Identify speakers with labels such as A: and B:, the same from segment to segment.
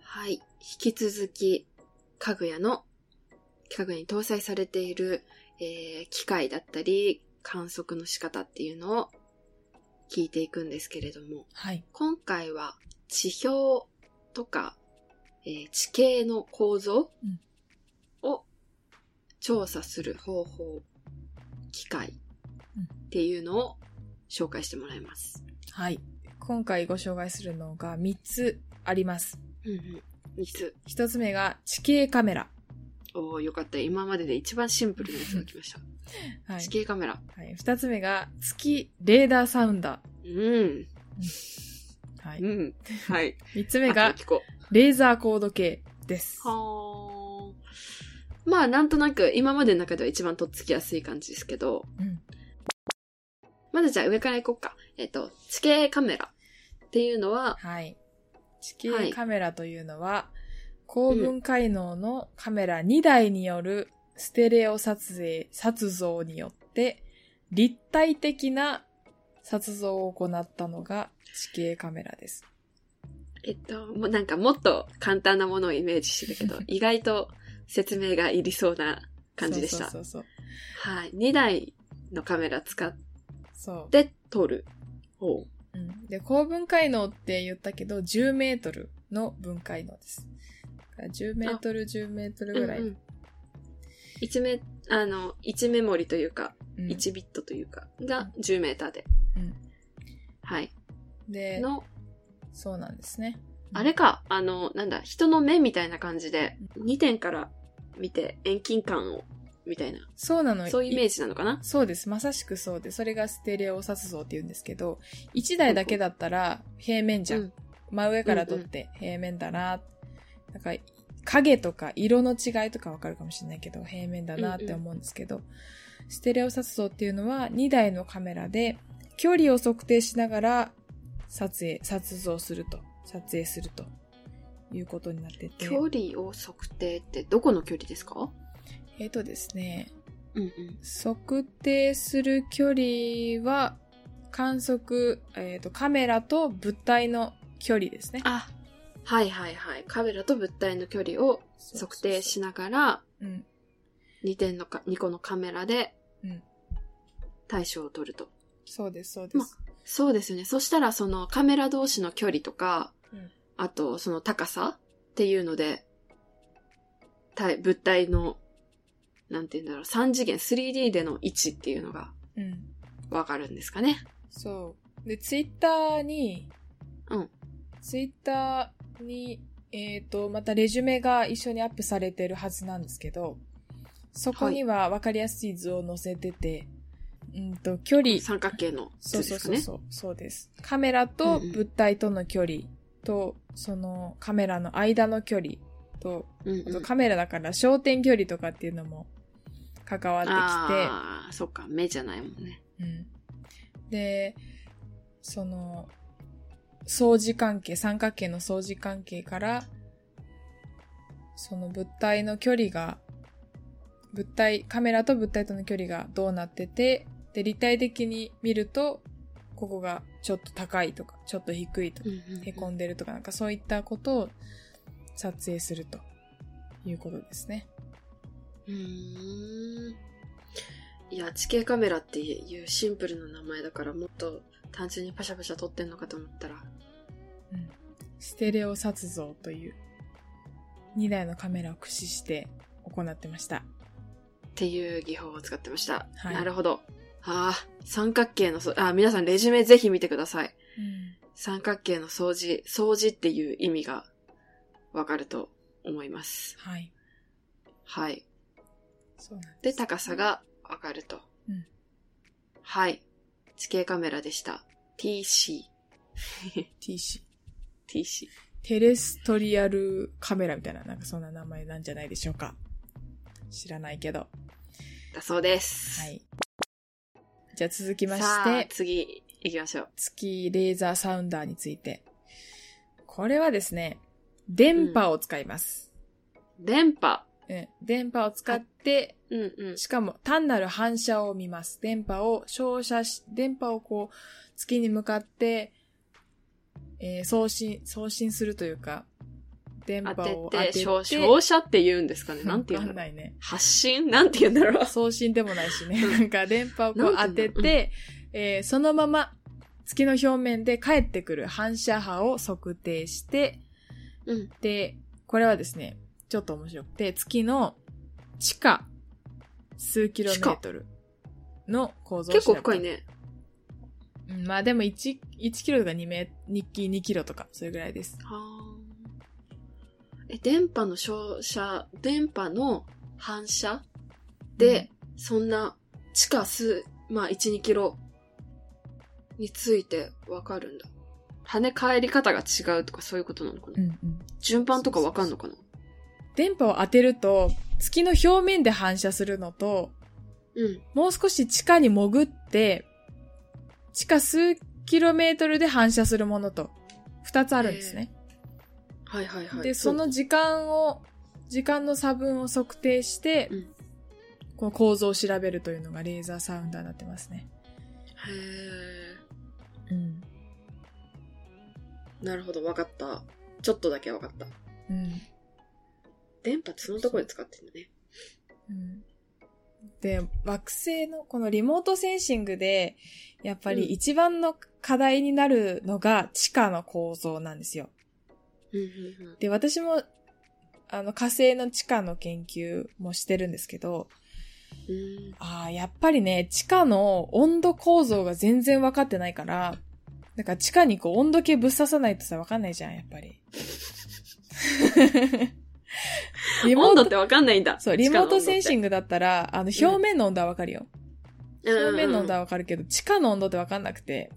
A: はい。引き続き、かぐやの、かぐやに搭載されている、えー機械だったり、観測の仕方っていうのを聞いていくんですけれども、
B: はい。
A: 今回は地表とか、えー地形の構造
B: うん
A: を調査する方法、機械
B: うん
A: っていうのを紹介してもらいます。
B: はい。今回ご紹介するのが3つあります。
A: うんうん。いつ
B: 1つ目が地形カメラ。
A: おー、よかった。今までで一番シンプルなやつが来ました。
B: はい
A: 地。形カメラ。
B: はい、2つ目が月レーダーサウンダ
A: うん。
B: ー。は
A: う
B: い。
A: ん。はい。
B: 3つ 目が
A: 後で聞こ
B: レーザーコード系です。
A: う。はー。まあ、なんとなく今までの中では一番とっつきやすい感じですけど、
B: うん。
A: まずじゃあ上から行こうか。えっ、と、地形カメラっていうのは、
B: はい。地
A: は
B: 形
A: い
B: カメラというのは、高分解能のカメラ2台によるステレオ撮影、撮像によって、立体的な撮像を行ったのが地形カメラです。
A: えっ、と、もうなんかもっと簡単なものをイメージしてた けど、意外と説明がいりそうな感じでした。
B: そうそうそう
A: はい。2台のカメラ使っ
B: そう。そう
A: て撮る。おう
B: うん、で、高分解能って言ったけど、10メートルの分解能です。だから10メートル、10メートルぐらい。
A: うんうん一メ、あの、一メモリというか、
B: うん
A: 1ビットというか、が10メーターで。
B: うん
A: はい。
B: で、
A: の、
B: そうなんですね。
A: あれか、あの、なんだ、人の目みたいな感じで、2点から見て遠近感を、みたいな、
B: そうなの
A: そういうイメージなのかな
B: そうです。まさしくそうで、それがステレオ撮像って言うんですけど、1台だけだったら平面じゃん。
A: うん
B: 真上から撮って平面だな。なんか、影とか色の違いとかわかるかもしれないけど、平面だなって思うんですけど、ステレオ撮像っていうのは2台のカメラで距離を測定しながら撮影、撮像すると、撮影するということになってて
A: 距、離を測定ってどこの距離ですか
B: えっ、とですね、
A: うんうん。
B: 測定する距離は観測、えーとカメラと物体の距離ですね。
A: あ、はいはいはい。カメラと物体の距離を
B: そうそうそう
A: 測定しながら、
B: うん、
A: 2点のか、2個のカメラで
B: うん、
A: 対象を取ると。
B: そうですそうです。
A: そうですよね。そしたら、そのカメラ同士の距離とか、
B: うん
A: あと、その高さっていうので、体物体の、なんて言うんだろう、3次元、3D での位置っていうのが
B: うん、
A: わかるんですかね。
B: そう。でツイッターに、
A: うん、
B: ツイッターにえっ、とまたレジュメが一緒にアップされてるはずなんですけど、そこにはわかりやすい図を載せてて、うんと距離
A: 三角形の図
B: そう
A: で
B: そ
A: す
B: う
A: か
B: そう
A: ね。
B: そう、そうです。カメラと物体との距離と、そのカメラの間の距離と、
A: うん
B: あ
A: う
B: と
A: ん
B: カメラだから焦点距離とかっていうのも関わっ
A: ああ、そっか、目じゃないもんね。
B: てきて、うん、で、その、相似関係、三角形の相似関係から、その物体の距離が、物体、カメラと物体との距離がどうなってて、で、立体的に見ると、ここがちょっと高いとか、ちょっと低いとか、へこんでるとか、なんかそういったことを撮影するということですね。
A: うーん。いや、地形カメラっていうシンプルな名前だから、もっと単純にパシャパシャ撮ってんのかと思ったら、
B: ステレオ撮像という2台のカメラを駆使して行ってました。
A: っていう技法を使ってました。
B: はい
A: なるほど。ああ、三角形のそ、あー皆さんレジュメぜひ見てください。三角形の掃除、掃除っていう意味がわかると思います。
B: はい。
A: はい。
B: そうなんで
A: で、
B: す。
A: 高さがわかると。
B: うん
A: はい。地形カメラでした。TC。
B: TC。
A: TC。
B: テレストリアルカメラみたいな、なんかそんな名前なんじゃないでしょうか。知らないけど。
A: だそうです。
B: はい。じゃあ続きまし
A: さあ
B: て、
A: 次行きましょう。
B: 月レーザーサウンダーについて。これはですね、電波を使います。
A: 電波。
B: うん、電波を使って、
A: うんうん。
B: しかも単なる反射を見ます。電波を照射し、電波をこう、月に向かって、えー送信、送信するというか、電波
A: 当てて
B: を当てて。
A: 照照射って言うんですかねなんて言
B: わ
A: うん
B: か
A: だ
B: ん
A: ろう
B: ないね。
A: 発信なんて言うんだろう
B: 送信でもないしね。
A: うん
B: なんか電波をこう
A: な
B: 当
A: んてい
B: て
A: うの
B: て、えーそのまま月の表面で帰ってくる反射波を測定して、
A: うん。
B: で、これはですね、ちょっと面白くて、月の地下数キロメートルの構造を
A: 結構
B: 調べた
A: 深い。ね。
B: うんまあでも1、1キロとか2メ、日記2キロとか、それぐらいです。
A: はーえ、電波の照射、電波の反射で、そんな地下数、まあ1、2キロについてわかるんだ。跳ね返り方が違うとかそういうことなのかな、
B: うん、うんうん
A: 順番とかわかんのかな
B: 電波を当てると、月の表面で反射するのと、
A: うん。
B: もう少し地下に潜って、地下数キロメートルで反射するものと、二つあるんですね。
A: はいはいはい。
B: で、その時間を、時間の差分を測定して、
A: うん
B: この構造を調べるというのがレーザーサウンダーになってますね。
A: へえ。
B: うん。
A: なるほど、わかった。ちょっとだけわかった。
B: うん。
A: 電波ってそのところで使ってんだね。
B: うんで、惑星のこのリモートセンシングで、やっぱ
A: うん
B: り一番の課題になるのが地下の構造なんですよ。
A: うんうんうん。
B: で、私も、あの、火星の地下の研究もしてるんですけど、
A: うん
B: ああ、やっぱりね、地下の温度構造が全然分かってないから、なんか地下にこう温度計ぶっ刺さないとさ、分かんないじゃん、やっ ぱり。リモ
A: 温度
B: ー
A: って
B: ト、
A: わかんないんだ。
B: そう、リモートセ
A: 選手
B: ンシングだったら、あの、表面の温度は分かるよ。表面の温度は分かるけど、地下の温度って分かんなくて、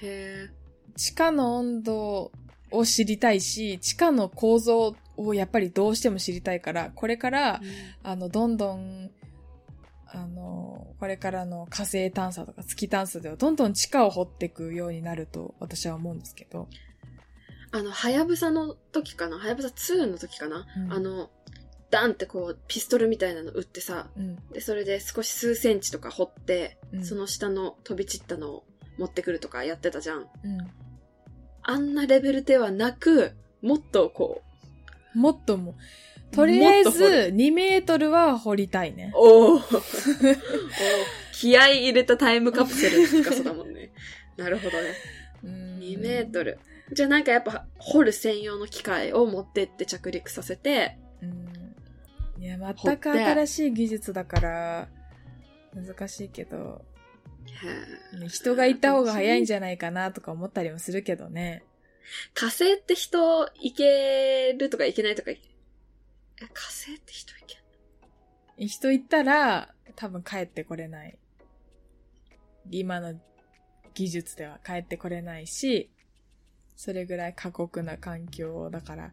A: へ
B: 地下の温度を知りたいし、地下の構造をやっぱりどうしても知りたいから、これから、
A: え。
B: あの、どんどん、あの、これからの火星探査とか月探査ではどんどん地下を掘っていくようになると私は思うんですけど。
A: あの、はやぶさの時かなはやぶさ2の時かな、
B: うん
A: あの、ダンってこう、ピストルみたいなの撃ってさ、
B: うん。
A: で、それで少し数センチとか掘って、
B: うん
A: その下の飛び散ったのを持ってくるとかやってたじゃん。
B: うん。
A: あんなレベルではなく、もっとこう、
B: もっとも、とりあえ
A: もっと掘る
B: ず2メートルは掘りたいね。
A: おーおー気合い入れたタイムカプセルピカソだもんね。なるほどね。2
B: 2
A: メート。ル。じゃあなんかやっぱ、掘る専用の機械を持ってって着陸させて、
B: うん。いや、
A: 掘っ
B: 全
A: て
B: く新しい技術だから、難しいけど、
A: へー
B: ね人がいた方が早いんじゃないかなとか思ったりもするけどね。
A: 火星って人行けるとか行けないとか、え火星って人行ける
B: 人行ったら、多分帰ってこれない。今の技術では帰ってこれないし、それぐらい過酷な環境だから、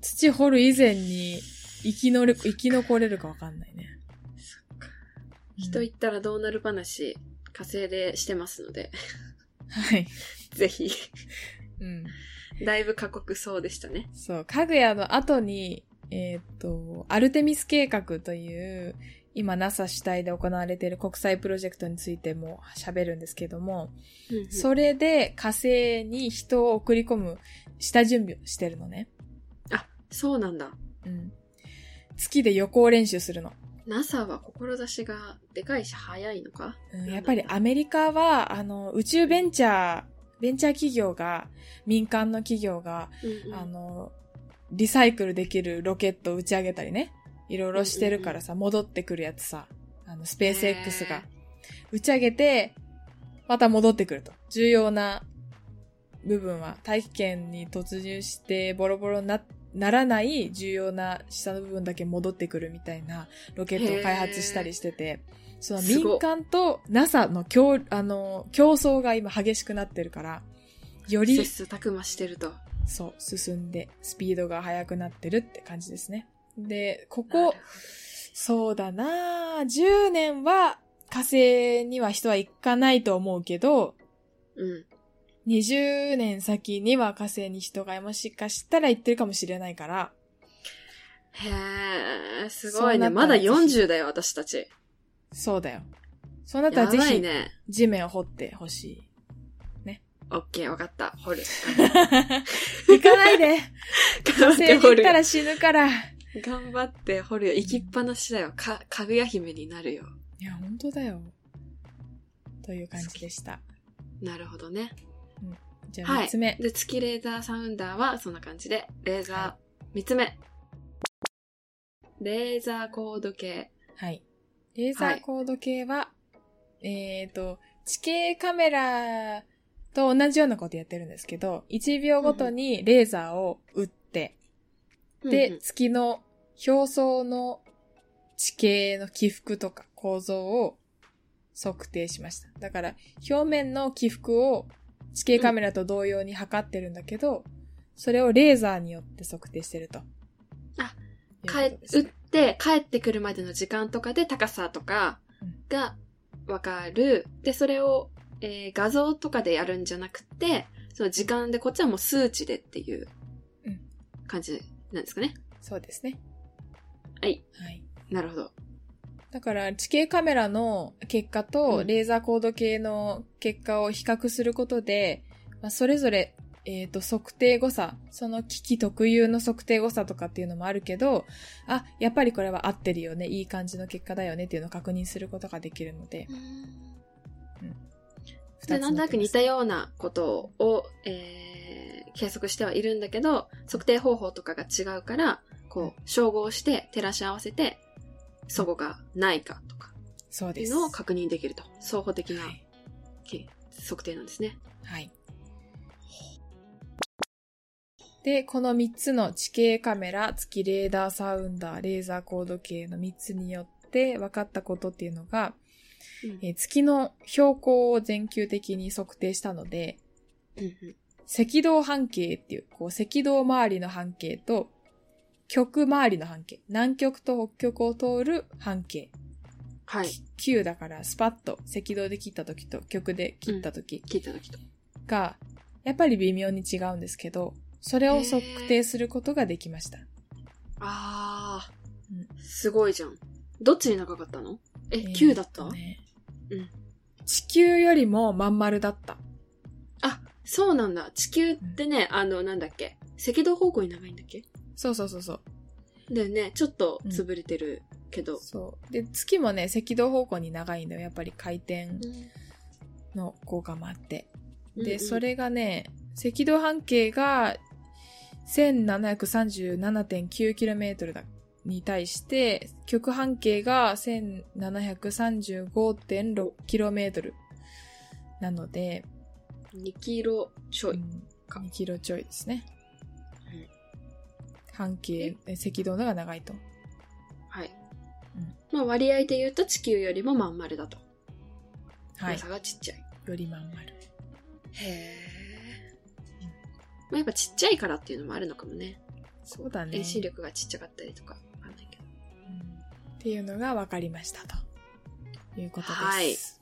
B: 土掘る以前に生きのれ、生き残れるかわかんないね。
A: そっか。人行ったらどうなる話、火星でしてますので、
B: はい。
A: ぜひ。
B: うん。
A: だいぶ過酷そうでしたね。
B: そう、かぐやの後に、えーっと、アルテミス計画という、今 NASA 主体で行われている国際プロジェクトについても喋るんですけども、それで火星に人を送り込む下準備をしてるのね。
A: そうなんだ。
B: うん。月で予行練習するの。
A: NASA は志がでかいし早いのか
B: うん、やっぱりアメリカは、あの、宇宙ベンチャー、ベンチャー企業が、民間の企業が、
A: うんうん
B: あの、リサイクルできるロケットを打ち上げたりね、いろいろしてるからさ、戻ってくるやつさ、あの、スペース X
A: へ
B: が
A: ー
B: 打ち上げて、また戻ってくると。重要な部分は、大気圏に突入してボロボロにな、ならない重要な下の部分だけ戻ってくるみたいなロケットを開発したりしてて、その
A: すご
B: 民間と NASA の競、あの、競争が今激しくなってるから、より
A: 切磋琢磨してると。
B: そう、進んで、スピードが速くなってるって感じですね。で、こ
A: なるほ
B: こ
A: ど、
B: そうだなあ10年は火星には人は行かないと思うけど、
A: うん。
B: 20年先には火星に人がもしかしたら行ってるかもしれないから、
A: へー、すごい
B: そうなった
A: ね。
B: ら
A: まだ40だよ、私たち。
B: そうだよ。そうなった
A: や
B: らぜ
A: ばい
B: ひ、
A: ね。
B: 地面を掘ってほしい。
A: オッケー、わかった。掘 る。
B: 行かな いで火
A: 頑張っ
B: 星
A: て
B: に
A: 掘
B: 行っ
A: る
B: た。ら死ぬから。い
A: 頑張って掘るよ。行きっぱなしだよ。か、かぐや姫になるよ。
B: や、本当だよ。という感じでした。
A: なるほどね。
B: じゃあ
A: はい
B: 3つ目。
A: で、月レーザーサウンダーはそんな感じで、レーザー、三つ目。レーザーコード系。
B: はい。レーザーコード系は、えっ、と、地形カメラと同じようなことやってるんですけど、1秒ごとにレーザーを打って、で、
A: うんうん
B: 月の表層の地形の起伏とか構造を測定しました。だから、表面の起伏を地形カメラと同様に測ってるんだけど、それをレーザーによって測定してると。
A: あ
B: いう
A: 帰
B: こと
A: っ
B: で、す
A: 打って、帰ってくるまでの時間とかで高さとかがわかる。で、それを、えー画像とかでやるんじゃなくて、その時間で、こっちはもう数値でっていう
B: うん
A: 感じなんですかね。
B: そうですね。
A: はい。
B: はい。
A: なるほど。
B: だから地形カメラの結果
A: う
B: と
A: ん
B: レーザーコード系の結果を比較することで、まあ、それぞれ、えー、と測定誤差その機器特有の測定誤差とかっていうのもあるけどあやっぱりこれは合ってるよねいい感じの結果だよねっていうのを確認することができるので
A: で、なんとなく似た
B: い
A: ようなことを、えー計測してはいるんだけど、測定方法とかが違うから、こう、照合して照らし合わせて、齟齬がないかとか、
B: そう
A: って
B: で
A: いう
B: す
A: のを確認できると。双方的な
B: はい
A: け測定なんですね。
B: はい。で、この3つの地形カメラ、月レーダーサウンダー、レーザーコード系の3つによって分かったことっていうのが、
A: うん
B: えー月の標高を全球的に測定したので、
A: うんうん
B: 赤道半径っていう、こう赤道周りの半径と、極周りの半径、南極と北極を通る半径、
A: はい。
B: 9だからスパッと赤道で切った時と極で切った時、
A: 聞いた時と。
B: が、やっぱり微妙に違うんですけど、それを測定することができました。
A: あ
B: うん
A: ー、すごいじゃん。どっちに長かったのえ、
B: えー
A: 9だった、
B: ね
A: うん
B: 地球よりもまん丸だった。
A: あ、そうなんだ。地球ってね、あの、なんだっけ赤道方向に長いんだっけ
B: そうそうそうそう。
A: だよね、ちょっと潰れてるけど。
B: そう。で、月もね、赤道方向に長いんだよ。やっぱり回転の効果もあって。
A: うんう
B: で、
A: ん
B: そ。れがね、赤道半径が 1737.9km だに対して、極半径が 1735.6km なので、
A: 2キロちょい。
B: うん2キロちょいですね。
A: うん
B: 半径、え赤道のが長いと。
A: はい。
B: うん
A: まあ割合で言うと地球よりもまん丸だと。
B: は
A: 長
B: い
A: さ。がちっちゃい。
B: よりまん丸。
A: へえ。まあやっぱちっちゃいからっていうのもあるのかもね。
B: そうだね。
A: 遠心力がちっちゃかったりとか。わかんないけど。
B: うんっていうのが分かりましたと。いうことです。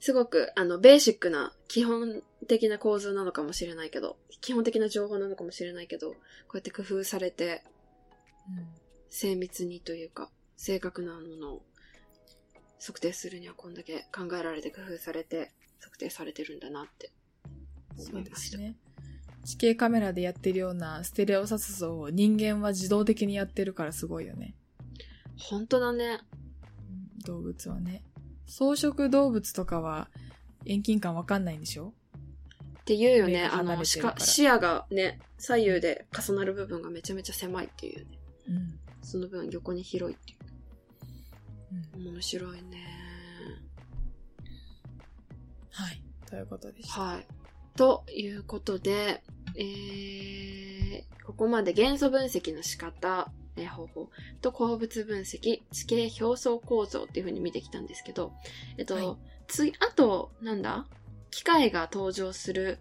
A: すごく、あの、ベーシックな、基本的な構図なのかもしれないけど、基本的な情報なのかもしれないけど、こうやって工夫されて、
B: うん
A: 精密にというか、正確なものを測定するにはこんだけ考えられて工夫されて測定されてるんだなって
B: そ
A: 思
B: う
A: い
B: で
A: まし
B: す
A: た。
B: ね。地形カメラでやってるようなステレオ撮像を人間は自動的にやってるからすごいよね。
A: 本当だね。
B: うん動物はね。草食動物とかは遠近感わかんないんでし
A: っ
B: ょ
A: て言うよ
B: 目
A: ね。
B: が
A: あ
B: 離れてる
A: の、しか
B: から
A: 視野がね、左右で重なる部分がめちゃめちゃ狭いっていうね。
B: うん。
A: その分横に広いってい
B: うん
A: う。面白いね。
B: はい。ということでした。
A: はい。ということで、えー、ここまで元素分析の仕方、えー方法と鉱物分析、地形表層構造っていうふうに見てきたんですけど、えっと、
B: はい
A: 次、あと、なんだ機械が登場する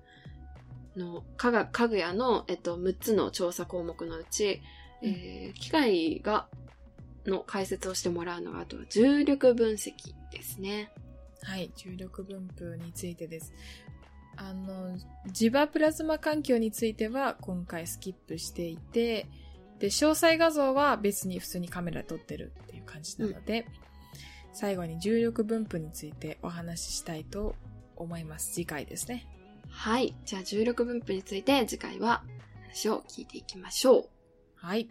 A: の、科学、家具屋の、えっと、6つの調査項目のうち、えー機械が、の解説をしてもらうのが、あとは重力分析ですね。
B: はい。重力分布についてです。あの、磁場プラズマ環境については今回スキップしていて、で、詳細画像は別に普通にカメラで撮ってるっていう感じなので、最後に重力分布についてお話ししたいと思います。次回ですね。
A: はい。じゃあ重力分布について次回は話を聞いていきましょう。
B: はい。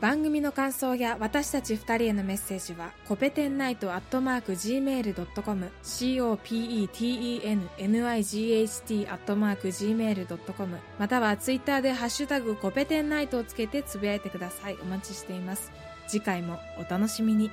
B: 番組の感想や私たち2人へのメッセージはコペテンナイトアットマーク Gmail.com COPETENNIGHT アットマーク Gmail.com またはツイッターでハッシュタグコペテンナイトをつけてつぶやいてくださいお待ちしています次回もお楽しみに